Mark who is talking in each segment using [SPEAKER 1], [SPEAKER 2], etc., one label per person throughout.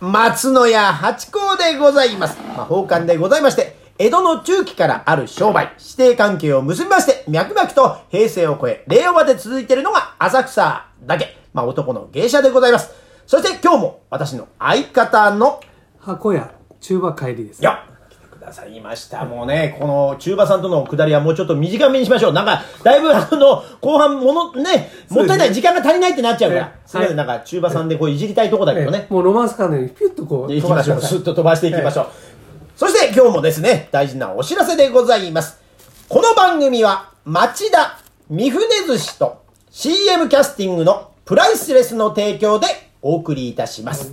[SPEAKER 1] 松野屋八甲でございます。まあ、宝冠でございまして、江戸の中期からある商売、指定関係を結びまして、脈々と平成を超え、令和まで続いているのが浅草だけ、まあ、男の芸者でございます。そして今日も私の相方の、
[SPEAKER 2] 箱屋中馬帰りです
[SPEAKER 1] いや、来てくださいました。もうね、この中馬さんとの下りはもうちょっと短めにしましょう。なんか、だいぶあの、後半、もの、ね、もったいない、時間が足りないってなっちゃうから
[SPEAKER 2] え。え
[SPEAKER 1] すみません、なんか中馬さんでこういじりたいとこだけどね
[SPEAKER 2] ええ。もうロマンスカーのようにピュッとこう
[SPEAKER 1] で行きましょう。
[SPEAKER 2] 飛ばして
[SPEAKER 1] ス
[SPEAKER 2] く
[SPEAKER 1] ッと飛ばしていきましょう。そして今日もですね、大事なお知らせでございます。この番組は、町田三船寿司と CM キャスティングのプライスレスの提供でお送りいたします。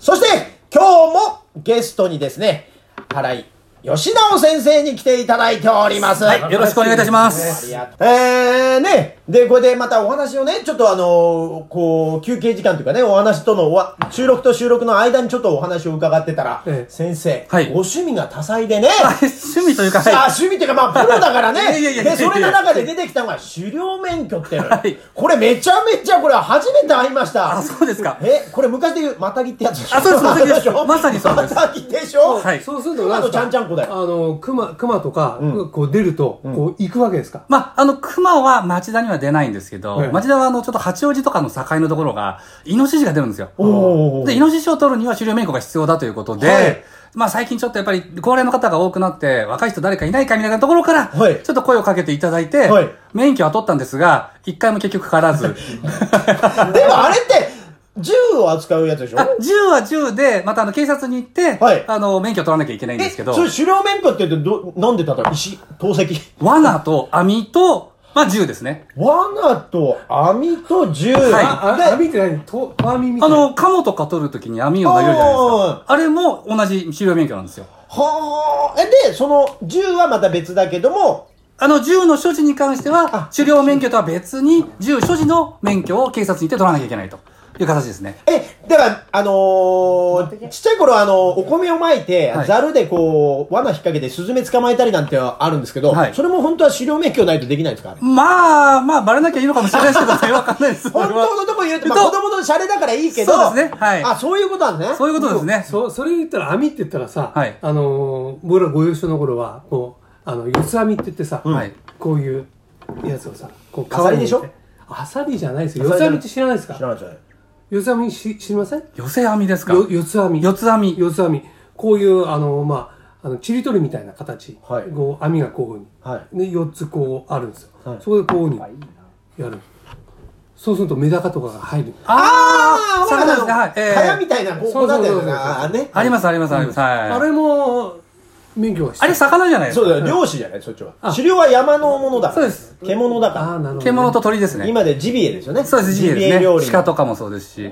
[SPEAKER 1] そして今日もゲストにですね、原井義直先生に来ていただいております。
[SPEAKER 3] はい、よろしくお願いいたします。
[SPEAKER 1] えー、ね、で、これでまたお話をね、ちょっとあのーこう、休憩時間というかね、お話とのおわ、収録と収録の間にちょっとお話を伺ってたら、
[SPEAKER 2] ええ
[SPEAKER 1] 先生、
[SPEAKER 3] はい
[SPEAKER 1] ご趣味が多彩でね、
[SPEAKER 3] あ趣味というか、
[SPEAKER 1] さあ
[SPEAKER 3] はい。
[SPEAKER 1] 趣味っていうか、まあ、プロだから
[SPEAKER 3] いやいや
[SPEAKER 1] ね。
[SPEAKER 3] いや
[SPEAKER 1] で、それの中で
[SPEAKER 3] いや
[SPEAKER 1] 出てきたのが、狩猟免許っていうの
[SPEAKER 3] はい
[SPEAKER 1] これめちゃめちゃ、これ初めて会いました。
[SPEAKER 3] あ、そうですか。
[SPEAKER 1] え、これ昔で言う、またぎってやつ でしょ
[SPEAKER 3] あそうですまたぎです
[SPEAKER 1] しょ
[SPEAKER 3] まさにそうです
[SPEAKER 1] またぎでしょ
[SPEAKER 3] はい
[SPEAKER 2] そうするとなん
[SPEAKER 1] あとちゃんちゃんこだよ
[SPEAKER 2] あの熊熊とか、こう出るとこう行くわけですか、
[SPEAKER 3] まあ、あの、熊は町田には出ないんですけど、
[SPEAKER 2] はい
[SPEAKER 3] 町田はあの、ちょっと八王子とかの境のところが、イノシシが出るんですよ。
[SPEAKER 1] おー
[SPEAKER 3] で、イノシシを取るには狩猟免許が必要だということで、
[SPEAKER 1] はい
[SPEAKER 3] まあ最近ちょっとやっぱり高齢の方が多くなって、若い人誰かいないかみたいなところから、
[SPEAKER 1] はい
[SPEAKER 3] ちょっと声をかけていただいて、
[SPEAKER 1] はい
[SPEAKER 3] 免許は取ったんですが、一回も結局かからず、
[SPEAKER 1] でもあれって、銃を扱うやつでしょ
[SPEAKER 3] あ銃は銃で、またあの警察に行って、
[SPEAKER 1] はい
[SPEAKER 3] あの、免許取らなきゃいけないんですけど
[SPEAKER 1] え、それ狩猟免許って言ってど、なんでただ石、投石。
[SPEAKER 3] 罠と網と、まあ銃ですね。
[SPEAKER 1] 罠と網と銃。
[SPEAKER 3] はい
[SPEAKER 2] あ
[SPEAKER 1] で
[SPEAKER 2] あ網って何と網みた
[SPEAKER 3] あ
[SPEAKER 2] いな
[SPEAKER 3] の、カモとか取るときに網を投げるじゃないです
[SPEAKER 1] あ
[SPEAKER 3] か。あれも同じ狩猟免許なんですよ。
[SPEAKER 1] はあ。え、で、その銃はまた別だけども、
[SPEAKER 3] あの、銃の所持に関しては、狩猟免許とは別に、銃所持の免許を警察に行って取らなきゃいけないという形ですね。
[SPEAKER 1] え、だから、あのー、ちっちゃい頃、あの、お米をまいて
[SPEAKER 3] は、い
[SPEAKER 1] ざるでこう、罠引っ掛けてスズメ捕まえたりなんてあるんですけど
[SPEAKER 3] はい、
[SPEAKER 1] それも本当は狩猟免許ないとできないんですか
[SPEAKER 3] まあ、まあ、バレなきゃいいのかもしれないですけど、それはわかんないで す。
[SPEAKER 1] 本当のとこ言うと、まあ
[SPEAKER 3] そ
[SPEAKER 1] 子
[SPEAKER 3] う
[SPEAKER 1] 供のシャレだからいいけど、
[SPEAKER 3] そうですねはい
[SPEAKER 1] あ、そういうことなんですね。
[SPEAKER 3] そういうことですね。
[SPEAKER 2] そそれ言ったら網って言ったらさ、
[SPEAKER 3] はい
[SPEAKER 2] あのー僕らご幼少の頃はこうあの四つ網って言ってさ、
[SPEAKER 3] はい
[SPEAKER 2] こういうやつをさこう
[SPEAKER 1] アサリでしょ
[SPEAKER 2] 皮をむいてあさりじゃないですよ
[SPEAKER 1] ア
[SPEAKER 2] 四
[SPEAKER 1] サリ
[SPEAKER 2] つ
[SPEAKER 1] じゃ
[SPEAKER 2] 網
[SPEAKER 1] ない
[SPEAKER 2] って知らないですか
[SPEAKER 1] 知らないじゃない。
[SPEAKER 2] 四つ網し知りませんよ
[SPEAKER 3] 寄せ網ですか
[SPEAKER 2] 四つ網
[SPEAKER 3] 四つ網。
[SPEAKER 2] 四つ網こういうあのまああのちりとりみたいな形、
[SPEAKER 1] はい
[SPEAKER 2] こう網がこういうふうに、
[SPEAKER 1] は
[SPEAKER 2] で四つこうあるんですよ、
[SPEAKER 1] はい
[SPEAKER 2] そこでこういうふうにやるそうするとメダカとかが入る
[SPEAKER 3] あ
[SPEAKER 1] あ
[SPEAKER 3] ー、
[SPEAKER 1] ーわか
[SPEAKER 3] 魚
[SPEAKER 1] った
[SPEAKER 3] ですね。はい。え
[SPEAKER 1] 蚊帳
[SPEAKER 3] ー
[SPEAKER 1] みたいな、こう、
[SPEAKER 2] そ
[SPEAKER 1] こう
[SPEAKER 2] うそうそうそう
[SPEAKER 1] なってるよね。あ
[SPEAKER 3] あります、あります、あります。はい。
[SPEAKER 2] あれも免許が必
[SPEAKER 3] あ
[SPEAKER 2] 要
[SPEAKER 3] れ、魚じゃないです
[SPEAKER 1] そう
[SPEAKER 3] か。
[SPEAKER 1] だよ、漁師じゃない、そっちは。狩猟は山のものだ。
[SPEAKER 3] そうです。
[SPEAKER 1] 獣だ
[SPEAKER 2] ああ
[SPEAKER 1] か
[SPEAKER 2] なるほど、ね、
[SPEAKER 3] 獣と鳥です
[SPEAKER 1] ら。
[SPEAKER 3] ね。
[SPEAKER 1] 今でジビエですよね。
[SPEAKER 3] そうです、ジビエです
[SPEAKER 1] 料理
[SPEAKER 3] ね。
[SPEAKER 1] の。
[SPEAKER 3] 鹿とかもそうですし。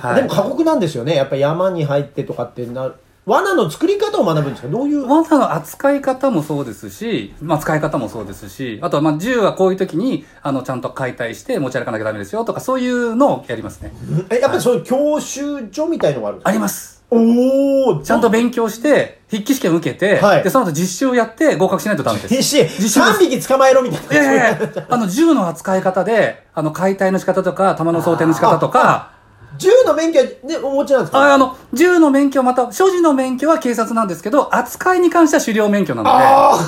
[SPEAKER 3] は
[SPEAKER 1] でも過酷なんですよね。やっぱ山に入ってとかってなる。罠の作り方を学ぶんですかどういう。
[SPEAKER 3] 罠の扱い方もそうですし、まあ、使い方もそうですし、あとはまあ銃はこういう時にあのちゃんと解体して持ち歩かなきゃダメですよとか、そういうのをやりますね。
[SPEAKER 1] え、やっぱりそういう教習所みたいのがあるんですか
[SPEAKER 3] あります。
[SPEAKER 1] おお
[SPEAKER 3] ちゃんと勉強して、筆記試験受けて、
[SPEAKER 1] はい
[SPEAKER 3] で、その後実習をやって合格しないとダメです。
[SPEAKER 1] 必死。
[SPEAKER 3] 実習
[SPEAKER 1] 3匹捕まえろみた
[SPEAKER 3] いやい
[SPEAKER 1] いな。
[SPEAKER 3] やいや、あの銃の扱い方で、あの解体の仕方とか、弾の装填の仕方とか、
[SPEAKER 1] 銃の免許ね、お持ちなんです
[SPEAKER 3] あ
[SPEAKER 1] か
[SPEAKER 3] あの、銃の免許また、所持の免許は警察なんですけど、扱いに関しては狩猟免許なの
[SPEAKER 1] あ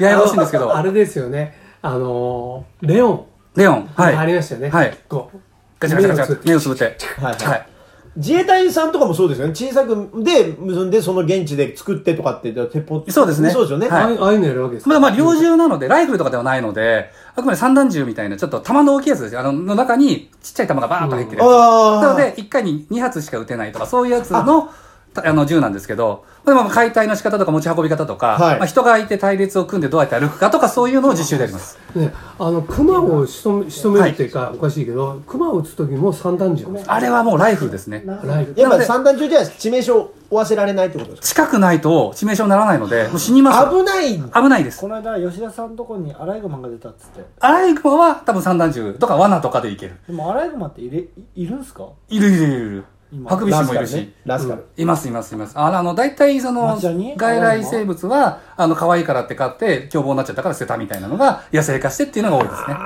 [SPEAKER 3] で、ややこしいんですけど
[SPEAKER 2] あ、れですよねあのーレオン
[SPEAKER 3] レオン、はい。
[SPEAKER 2] ありましたよね
[SPEAKER 3] はい
[SPEAKER 2] こう
[SPEAKER 3] ガチャガチャガチャガチャ、目をつぶって。
[SPEAKER 1] はいはい
[SPEAKER 3] はい。
[SPEAKER 1] 自衛隊さんとかもそうですよね。小さくで結んで、その現地で作ってとかって、鉄砲
[SPEAKER 3] そうですね
[SPEAKER 1] そうですよね。
[SPEAKER 3] はい
[SPEAKER 2] ああいうああいうのやるわけですか
[SPEAKER 3] まあ、まあ、猟銃なので、ライフルとかではないので、あくまで散弾銃みたいな、ちょっと弾の大きいやつですよ。あの、の中に、ちっちゃい弾がバーンと入ってるやつ。
[SPEAKER 1] ああ。
[SPEAKER 3] なので、1回に2発しか撃てないとか、そういうやつの、たあの、銃なんですけど、まあまあ、解体の仕方とか持ち運び方とか、
[SPEAKER 1] はい
[SPEAKER 3] まあ、人がいて隊列を組んでどうやって歩くかとか、そういうのを実習でやります。
[SPEAKER 2] ね、あの熊を仕留め仕留めるっていうか、おかしいけど熊を撃つ時も散弾銃なんですか
[SPEAKER 3] あれはもうライフルですね。
[SPEAKER 2] ライフ
[SPEAKER 1] やっ
[SPEAKER 3] なの
[SPEAKER 1] ぱ
[SPEAKER 3] で
[SPEAKER 1] 三段中じゃ致命傷を負わせられないってことです
[SPEAKER 3] 近くないと致命傷にならないので、もう死にます
[SPEAKER 1] か
[SPEAKER 3] よ。
[SPEAKER 1] 危ない
[SPEAKER 3] 危ないです
[SPEAKER 4] こ。の間吉田さんのとこにアライグマが出たっつって
[SPEAKER 3] アライグマは多分散弾銃とか罠とかでいける。
[SPEAKER 4] でもアライグマっていれいいるんすか
[SPEAKER 3] いるいるいるいる。
[SPEAKER 4] 今
[SPEAKER 3] ハクビシ
[SPEAKER 1] ラ
[SPEAKER 3] ン
[SPEAKER 1] ス
[SPEAKER 3] もい
[SPEAKER 1] カ
[SPEAKER 3] る
[SPEAKER 1] ルね
[SPEAKER 3] し。
[SPEAKER 1] ラスカル。
[SPEAKER 3] いますいますいます。ああの、大体その、
[SPEAKER 4] 町田に
[SPEAKER 3] 外来生物は、あの、可愛いからって飼って、凶暴になっちゃったから捨てたみたいなのが、野生化してっていうのが多いですね。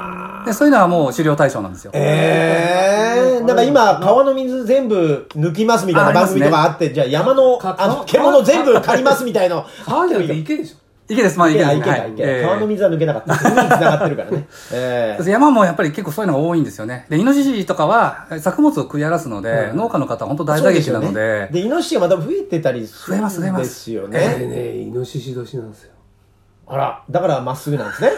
[SPEAKER 3] で、そういうのはもう狩猟対象なんですよ。
[SPEAKER 1] ええー、なんか今、川の水全部抜きますみたいな番組とかあって、じゃあ山の、
[SPEAKER 2] か
[SPEAKER 1] あの、獣全部借りますみたいな。
[SPEAKER 2] 川じゃなくて池でしょ
[SPEAKER 3] 池です、まあ
[SPEAKER 1] いけ
[SPEAKER 3] 池
[SPEAKER 1] な
[SPEAKER 3] です。
[SPEAKER 1] い、いけ
[SPEAKER 3] は
[SPEAKER 1] ない、
[SPEAKER 3] い
[SPEAKER 1] いけない。
[SPEAKER 3] え
[SPEAKER 1] 川の
[SPEAKER 3] ー
[SPEAKER 1] 水は抜けなかった。海に繋がってるからね。ええ
[SPEAKER 3] 山もやっぱり結構そういうのが多いんですよね。で、イノシシとかは作物を食い荒らすので、農家の方は本当大打撃なので、
[SPEAKER 1] で、イノシシがまた増えてたりす
[SPEAKER 3] 増えます増え
[SPEAKER 1] るん
[SPEAKER 3] ます
[SPEAKER 1] ですよ
[SPEAKER 2] あれ
[SPEAKER 1] ね。
[SPEAKER 2] ねイノシシ年なんですよ
[SPEAKER 1] あら、だからまっすぐなん ですね。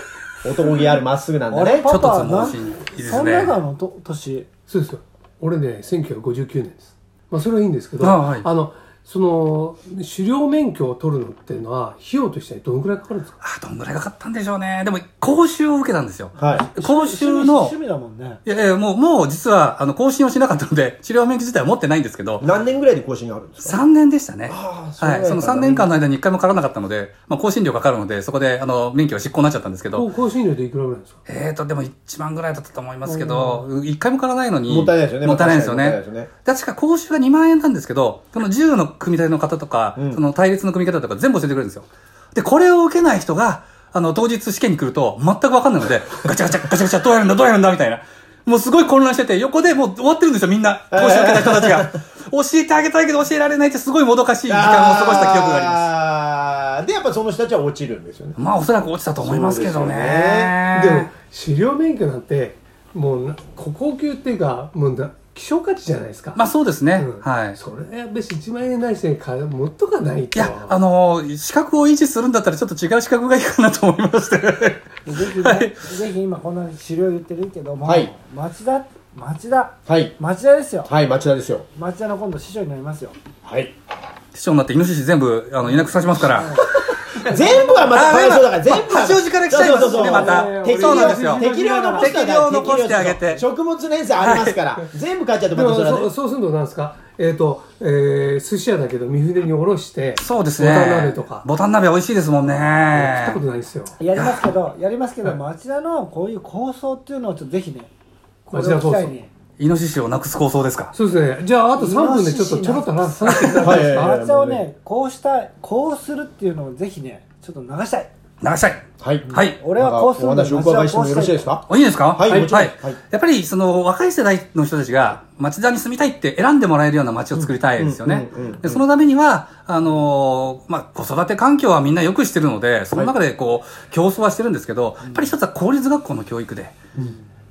[SPEAKER 1] 男気あるまっすぐなんだ
[SPEAKER 4] あれ
[SPEAKER 1] ね。
[SPEAKER 3] ちょ
[SPEAKER 4] パ
[SPEAKER 3] っと
[SPEAKER 4] パ
[SPEAKER 3] つ
[SPEAKER 4] は
[SPEAKER 3] も
[SPEAKER 4] な
[SPEAKER 3] しいいですね
[SPEAKER 4] そんななのと年
[SPEAKER 2] そうですよ俺ね1959年ですまあそれはいいんですけど
[SPEAKER 3] あはい
[SPEAKER 2] のその狩猟免許を取るのっていうのは費用としてはどのくらいかかるんですか
[SPEAKER 3] あ、どんぐらいかかったんでしょうね。でも、講習を受けたんですよ。
[SPEAKER 1] はい。
[SPEAKER 3] 講習の
[SPEAKER 4] 趣、味だもんね
[SPEAKER 3] いやいや、もう、もう実は、あの、更新をしなかったので、治療免許自体は持ってないんですけど、
[SPEAKER 1] 何年ぐらいで更新があるんですか
[SPEAKER 3] 3年でしたね。
[SPEAKER 1] ああそうな
[SPEAKER 3] は
[SPEAKER 1] ん
[SPEAKER 3] い。
[SPEAKER 1] だ
[SPEAKER 3] その3年間の間に1回もかからなかったので、まあ、更新料かかるので、そこで、あの、免許が執行になっちゃったんですけど、
[SPEAKER 2] 高高診料でいくらぐらいなんですか
[SPEAKER 3] えーと、でも1万ぐらいだったと思いますけど、1回もからないのに、
[SPEAKER 1] もったいないですよね
[SPEAKER 3] もったいないですよ
[SPEAKER 1] まあ確
[SPEAKER 3] ね
[SPEAKER 1] かにもったいない。
[SPEAKER 3] 確か講習が2万円なんですけど、その銃の組み立ての方とか、
[SPEAKER 1] うん
[SPEAKER 3] その対立の組み方とか全部教えてくれるんですよ。で、これを受けない人が、あの、当日試験に来ると、全くわかんないので、 ガチャガチャ、ガチャガチャ、どうやるんだ、どうやるんだ、みたいな。もうすごい混乱してて、横でもう終わってるんですよ、みんな。講習受けた人たちが。 教えてあげたいけど教えられないってすごいもどかしい時間を過ごした記憶があります。
[SPEAKER 1] あーで、やっぱその人たちは落ちるんですよね。
[SPEAKER 3] まあ、おそらく落ちたと思いますけどね。
[SPEAKER 2] でも狩猟免許なんてもうなこ高級っていうかもうな希少価値じゃないですか、
[SPEAKER 3] まあ、そうですね。
[SPEAKER 2] うん
[SPEAKER 3] はい。
[SPEAKER 2] それは別に1万円ないし買う持っとかないと
[SPEAKER 3] いや、あのー資格を維持するんだったらちょっと違う資格がいいかなと思いま して。
[SPEAKER 4] ぜひ ねぜひ今こんな狩猟言ってるけども
[SPEAKER 1] はい
[SPEAKER 4] 町田町田
[SPEAKER 1] はい。
[SPEAKER 4] 町田ですよ
[SPEAKER 1] はい、町田ですよ。
[SPEAKER 4] 町田の今度師匠になりますよ
[SPEAKER 1] はい。
[SPEAKER 3] 師匠になってイノシシ全部、あの、いなくさせますから。
[SPEAKER 1] 全部はまたかわいそうだから、全部は。
[SPEAKER 3] 八王子から来ちゃいます
[SPEAKER 1] そうそう
[SPEAKER 3] ね、
[SPEAKER 1] そう
[SPEAKER 3] また
[SPEAKER 4] いやいや。
[SPEAKER 1] 適
[SPEAKER 3] そう
[SPEAKER 1] 量
[SPEAKER 3] なんですよ。
[SPEAKER 1] 適量残してあげて
[SPEAKER 3] 適量残してあげて
[SPEAKER 1] 食物連鎖ありますから、全部買っちゃって
[SPEAKER 2] で
[SPEAKER 1] また
[SPEAKER 2] も
[SPEAKER 1] それは
[SPEAKER 2] そ
[SPEAKER 1] ね
[SPEAKER 2] うそうするとなんですかえっ、と、えー、寿司屋だけど三船におろして
[SPEAKER 3] そうですね。
[SPEAKER 2] ボタン鍋とか
[SPEAKER 3] ボタン鍋美味しいですもん
[SPEAKER 2] 食った
[SPEAKER 3] ね
[SPEAKER 2] こ。とないですよ
[SPEAKER 4] やりますけどやりますけど町田のこういう構想っていうのをちょっとぜひねこれを機会に
[SPEAKER 3] イノシシをなくす構想ですか。
[SPEAKER 2] そうですねじゃああと3分でちょっとちょろっと話させていただきます
[SPEAKER 1] はいはいはい
[SPEAKER 4] 町田をねこうしたいこうするっていうのをぜひねちょっと流したい
[SPEAKER 3] 流したい。
[SPEAKER 1] はい。
[SPEAKER 3] はい
[SPEAKER 4] 俺はこうする
[SPEAKER 1] お
[SPEAKER 4] んだ
[SPEAKER 1] 話をお伺いしてもよろしいですか
[SPEAKER 3] おいいですか
[SPEAKER 1] はいもちろんはい
[SPEAKER 3] やっぱり、その、若い世代の人たちが、町田に住みたいって選んでもらえるような町を作りたいですよね
[SPEAKER 1] うんうんうんうん。
[SPEAKER 3] でそのためには、あのーまあ、子育て環境はみんな良くしてるので、その中でこう、競争はしてるんですけど、やっぱり一つは公立学校の教育で、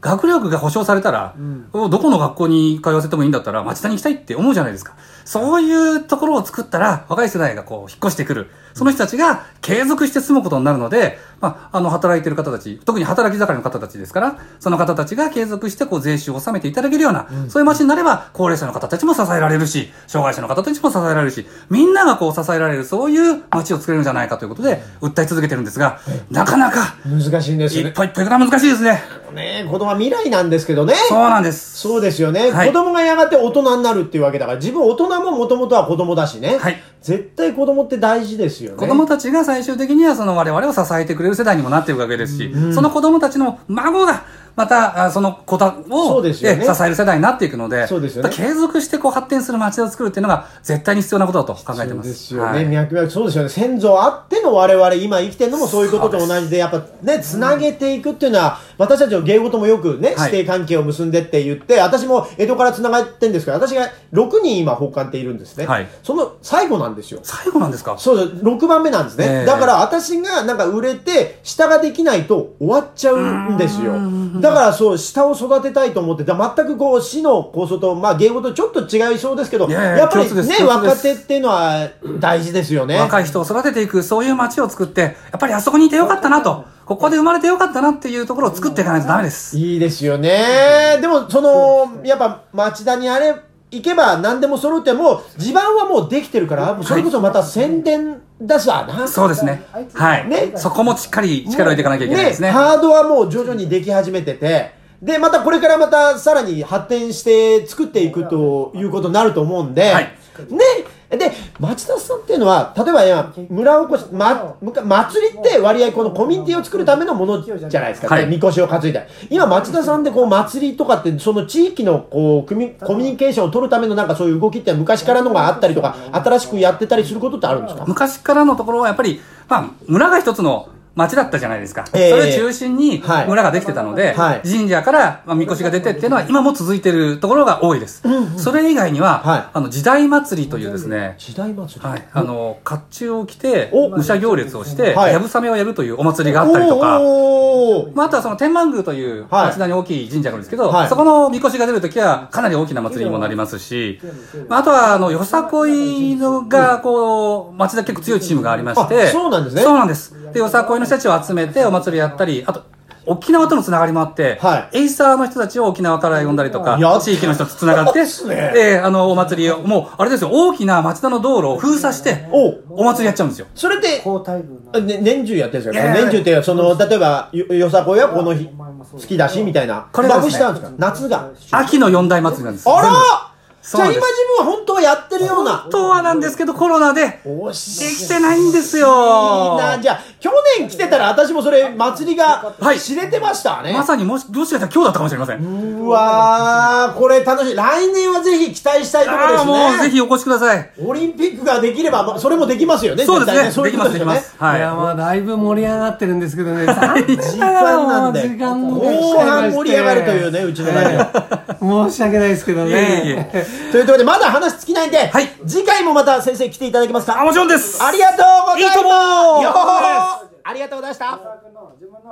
[SPEAKER 3] 学力が保障されたら、どこの学校に通わせてもいいんだったら、町田に行きたいって思うじゃないですか。そういうところを作ったら、若い世代がこう、引っ越してくる。その人たちが継続して住むことになるので、まあ、あの、働いてる方たち、特に働き盛りの方たちですから、その方たちが継続してこう、税収を納めていただけるような、そういう町になれば、高齢者の方たちも支えられるし、障害者の方たちも支えられるし、みんながこう、支えられる、そういう町を作れるんじゃないかということで、訴え続けてるんですが、なかなか、
[SPEAKER 1] 難しいんです
[SPEAKER 3] 一
[SPEAKER 1] よね。
[SPEAKER 3] 歩一歩いくのは難しいですね。
[SPEAKER 1] ね子供は未来なんですけどね。
[SPEAKER 3] そうなんです。
[SPEAKER 1] そうですよね、
[SPEAKER 3] はい
[SPEAKER 1] 子供がやがて大人になるっていうわけだから、自分大人ももともとは子供だしね、
[SPEAKER 3] はい
[SPEAKER 1] 絶対子供って大事ですよね。
[SPEAKER 3] 子供たちが最終的にはその我々を支えてくれる世代にもなっていくわけですし、その子供たちの孫が、また、あその子た
[SPEAKER 1] そう
[SPEAKER 3] を、
[SPEAKER 1] ですよね
[SPEAKER 3] え支える世代になっていくので、
[SPEAKER 1] そうですよね
[SPEAKER 3] やっぱ継続してこう発展する街を作るっていうのが絶対に必要なことだと考えて
[SPEAKER 1] そう
[SPEAKER 3] ます。
[SPEAKER 1] ですよ
[SPEAKER 3] は
[SPEAKER 1] ね、
[SPEAKER 3] い
[SPEAKER 1] 脈々そうですよね先祖あっての我々今生きてるのもそういうことと同じでやっぱねつなげていくっていうのは、私たちの芸事もよくね
[SPEAKER 3] は
[SPEAKER 1] 師
[SPEAKER 3] い
[SPEAKER 1] 弟関係を結んでって言って、私も江戸からつながってんですけど私が6人今保管っているんですね、
[SPEAKER 3] はい
[SPEAKER 1] その最後なんですよ
[SPEAKER 3] 最後なんですか
[SPEAKER 1] そうです6番目なんですね、
[SPEAKER 3] ええ
[SPEAKER 1] だから私がなんか売れて下ができないと終わっちゃうんですよだからそう下を育てたいと思ってだ全くこう市の構想と、まあ、芸事とちょっと違いそうですけど
[SPEAKER 3] いやいや
[SPEAKER 1] やっぱり
[SPEAKER 3] 共通で
[SPEAKER 1] ね
[SPEAKER 3] す共通です
[SPEAKER 1] 若手っていうのは大事ですよね
[SPEAKER 3] 若い人を育てていく、そういう街を作って、やっぱりあそこにいてよかったなと、ここで生まれてよかったなっていうところを作っていかないとダメです。
[SPEAKER 1] いいですよねでもそのやっぱ町田にあれ行けば何でも揃ってもう地盤はもうできてるからそれこそまた宣伝だしわな
[SPEAKER 3] そうですね。はい。
[SPEAKER 1] ね
[SPEAKER 3] そこもしっかり力を入れていかなきゃいけないですね。
[SPEAKER 1] ハードはもう徐々にでき始めてて、で、またこれからまたさらに発展して作っていくということになると思うんで、
[SPEAKER 3] はい
[SPEAKER 1] ね、で、町田さんっていうのは、例えば今、村おこし、ま、むか祭りって割合このコミュニティを作るためのものじゃないですか、
[SPEAKER 3] はい
[SPEAKER 1] みこしを担いだり。今、町田さんでこう祭りとかって、その地域のこう、組みコミュニケーションを取るためのなんかそういう動きって昔からのがあったりとか、新しくやってたりすることってあるんですか
[SPEAKER 3] 昔からのところはやっぱり、まあ、村が一つの町だったじゃないですか。
[SPEAKER 1] ええ
[SPEAKER 3] それを中心に
[SPEAKER 1] はい
[SPEAKER 3] 村ができてたので、
[SPEAKER 1] はい
[SPEAKER 3] 神社から、まあ、みこしが出てっていうのは今も続いてるところが多いです。それ以外には、
[SPEAKER 1] はい
[SPEAKER 3] あの、時代祭りというですね、
[SPEAKER 1] 時代祭り。
[SPEAKER 3] はい、あの、甲冑を着て、
[SPEAKER 1] お
[SPEAKER 3] 武者行列をして、
[SPEAKER 1] はい
[SPEAKER 3] やぶさめをやるというお祭りがあったりとか、
[SPEAKER 1] おー
[SPEAKER 3] まあ、あとはその天満宮という
[SPEAKER 1] はい
[SPEAKER 3] 町田に大きい神社があるんですけど、
[SPEAKER 1] はい
[SPEAKER 3] そこの神輿が出るときはかなり大きな祭りにもなりますし、まあ、あとはあの、よさこいのが、こう、町田結構強いチームがありまして、
[SPEAKER 1] あそうなんですね
[SPEAKER 3] そうなんです。で、よさこいの人たちを集めてお祭りやったり、あと、沖縄とのつながりもあって、
[SPEAKER 1] はい
[SPEAKER 3] エイサーの人たちを沖縄から呼んだりとか
[SPEAKER 1] やっ、
[SPEAKER 3] 地域の人とつながって、
[SPEAKER 1] ね
[SPEAKER 3] えーあの、お祭りを、もう、あれですよ、大きな町田の道路を封鎖して、
[SPEAKER 1] お
[SPEAKER 3] お祭りやっちゃうんですよ。
[SPEAKER 1] それで、
[SPEAKER 4] 交代軍な
[SPEAKER 1] ね、年中やってるんです
[SPEAKER 3] い
[SPEAKER 1] よ。
[SPEAKER 3] やいや
[SPEAKER 1] 年中っていうかその、例えば、よよさこいはこの日、好きだし、みたいな。
[SPEAKER 3] これがですね
[SPEAKER 1] まぶしたんですか夏が。
[SPEAKER 3] 秋の四大祭りなんです。
[SPEAKER 1] あ
[SPEAKER 3] 全部
[SPEAKER 1] らじ
[SPEAKER 3] そう
[SPEAKER 1] ゃあ今自
[SPEAKER 3] なんです
[SPEAKER 1] 分は本当はやってるような
[SPEAKER 3] 本。当はなんですけど、コロナで、
[SPEAKER 1] おっ
[SPEAKER 3] で
[SPEAKER 1] し
[SPEAKER 3] きてないんですよ。
[SPEAKER 1] いいな。じゃあ、去年来てたら私もそれ、祭りが
[SPEAKER 3] はい
[SPEAKER 1] 知れてましたね。
[SPEAKER 3] まさにもし、どうしかしたら今日だったかもしれません。
[SPEAKER 1] うわー、これ楽しい。来年はぜひ期待したいところで
[SPEAKER 3] あ
[SPEAKER 1] す
[SPEAKER 3] あ、
[SPEAKER 1] ね。
[SPEAKER 3] もうぜひお越しください。
[SPEAKER 1] オリンピックができれば、まあそれもできますよね。
[SPEAKER 3] そうで
[SPEAKER 1] 絶対
[SPEAKER 3] すね。できます、できま。す。
[SPEAKER 2] いや、
[SPEAKER 3] は
[SPEAKER 2] まあ、だいぶ盛り上がってるんですけど ね。3
[SPEAKER 1] 時間なんで。
[SPEAKER 2] 時間も
[SPEAKER 1] 後半盛り上がるというね、うちのラジオ。
[SPEAKER 2] 申し訳ないですけど
[SPEAKER 3] い。
[SPEAKER 2] ね。
[SPEAKER 3] いえいえ。
[SPEAKER 1] ということで、まだ話尽きないんで、
[SPEAKER 3] はい
[SPEAKER 1] 次回もまた先生来ていただけますか
[SPEAKER 3] あ、もちろんです。
[SPEAKER 1] ありがとうございます
[SPEAKER 3] いいとも
[SPEAKER 1] よーありがとうございました
[SPEAKER 4] 自分の